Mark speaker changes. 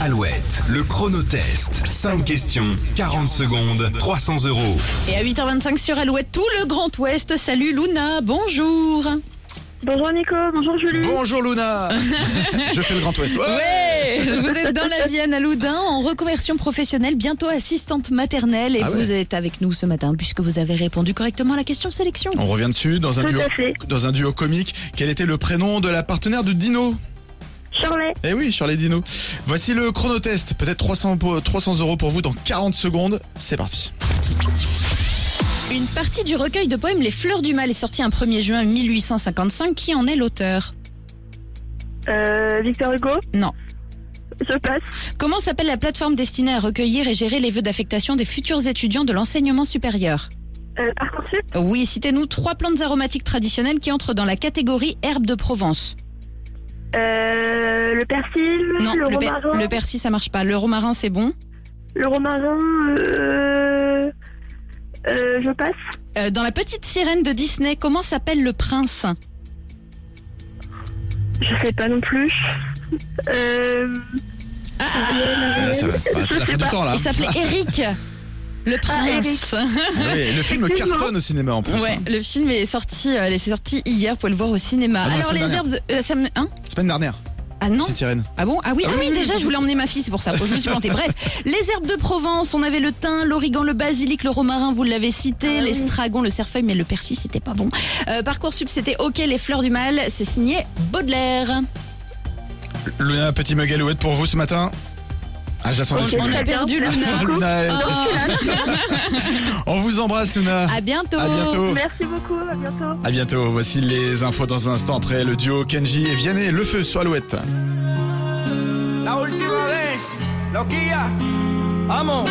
Speaker 1: Alouette, le chronotest. 5 questions, 40 secondes, 300 euros.
Speaker 2: Et à 8h25 sur Alouette, tout le Grand Ouest. Salut Luna, bonjour.
Speaker 3: Bonjour Nico, bonjour Julie.
Speaker 4: Bonjour Luna Je fais le Grand Ouest. Ouais.
Speaker 2: Ouais, vous êtes dans la Vienne à Loudun en reconversion professionnelle, bientôt assistante maternelle. Et
Speaker 4: Ah ouais.
Speaker 2: vous êtes avec nous ce matin puisque vous avez répondu correctement à la question sélection.
Speaker 4: On revient dessus dans un,
Speaker 3: Tout
Speaker 4: duo,
Speaker 3: à fait.
Speaker 4: dans un duo comique. Quel était le prénom de la partenaire de Dino
Speaker 3: Shirley,
Speaker 4: Eh oui, Charlie Dino. Voici le chronotest. Peut-être 300, po- 300 euros pour vous dans 40 secondes. C'est parti.
Speaker 2: Une partie du recueil de poèmes Les Fleurs du Mal est sortie un 1er juin 1855. Qui en est l'auteur
Speaker 3: euh, Victor Hugo,
Speaker 2: Non.
Speaker 3: je passe.
Speaker 2: Comment s'appelle la plateforme destinée à recueillir et gérer les vœux d'affectation des futurs étudiants de l'enseignement supérieur
Speaker 3: Euh, Parcoursup,
Speaker 2: Oui, citez-nous trois plantes aromatiques traditionnelles qui entrent dans la catégorie herbes de Provence.
Speaker 3: euh, le persil,
Speaker 2: Non,
Speaker 3: le,
Speaker 2: le, per-
Speaker 3: romarin,
Speaker 2: le persil, ça marche pas. Le romarin, c'est bon.
Speaker 3: le romarin, euh, euh, je passe.
Speaker 2: Euh, dans la petite sirène de Disney, comment s'appelle le prince
Speaker 3: Je sais pas non plus. Euh,
Speaker 4: Ah, ça va. Ah, c'est la fin du temps là.
Speaker 2: Il s'appelait Eric. Le prince.
Speaker 4: Ah oui, le film
Speaker 3: Effectivement.
Speaker 4: cartonne au cinéma en plus.
Speaker 2: ouais,
Speaker 4: hein.
Speaker 2: le film est sorti, euh, il est sorti hier, vous pouvez le voir au cinéma.
Speaker 4: Ah non, la
Speaker 2: Alors
Speaker 4: semaine
Speaker 2: les
Speaker 4: dernière.
Speaker 2: herbes de euh, la semaine- hein
Speaker 4: Semaine dernière,
Speaker 2: Ah non
Speaker 4: petite sirène.
Speaker 2: Ah bon Ah oui, ah
Speaker 4: Ah oui,
Speaker 2: oui,
Speaker 4: oui,
Speaker 2: déjà,
Speaker 4: oui.
Speaker 2: je voulais emmener ma fille, c'est pour ça. Je me suis plantée. Bref, les herbes de Provence, on avait le thym, l'origan, le basilic, le romarin, vous l'avez cité,
Speaker 3: Ah oui.
Speaker 2: l'estragon, le cerfeuil, mais le persil, c'était pas bon. Euh, Parcoursup, c'était OK, les fleurs du mal, c'est signé Baudelaire.
Speaker 4: Luna, petit mug alouette pour vous ce matin. Ah, je la
Speaker 2: On,
Speaker 4: sens déçue.
Speaker 2: on a
Speaker 3: très bien.
Speaker 2: perdu Luna.
Speaker 4: Luna, elle est triste.
Speaker 2: Oh,
Speaker 4: On vous embrasse Luna.
Speaker 2: à bientôt.
Speaker 4: À bientôt.
Speaker 3: merci beaucoup, à bientôt.
Speaker 4: À bientôt. Voici les infos dans un instant après le duo Kenji et Vianney, le feu sur Alouette.
Speaker 5: La última vez, loquilla, vamos.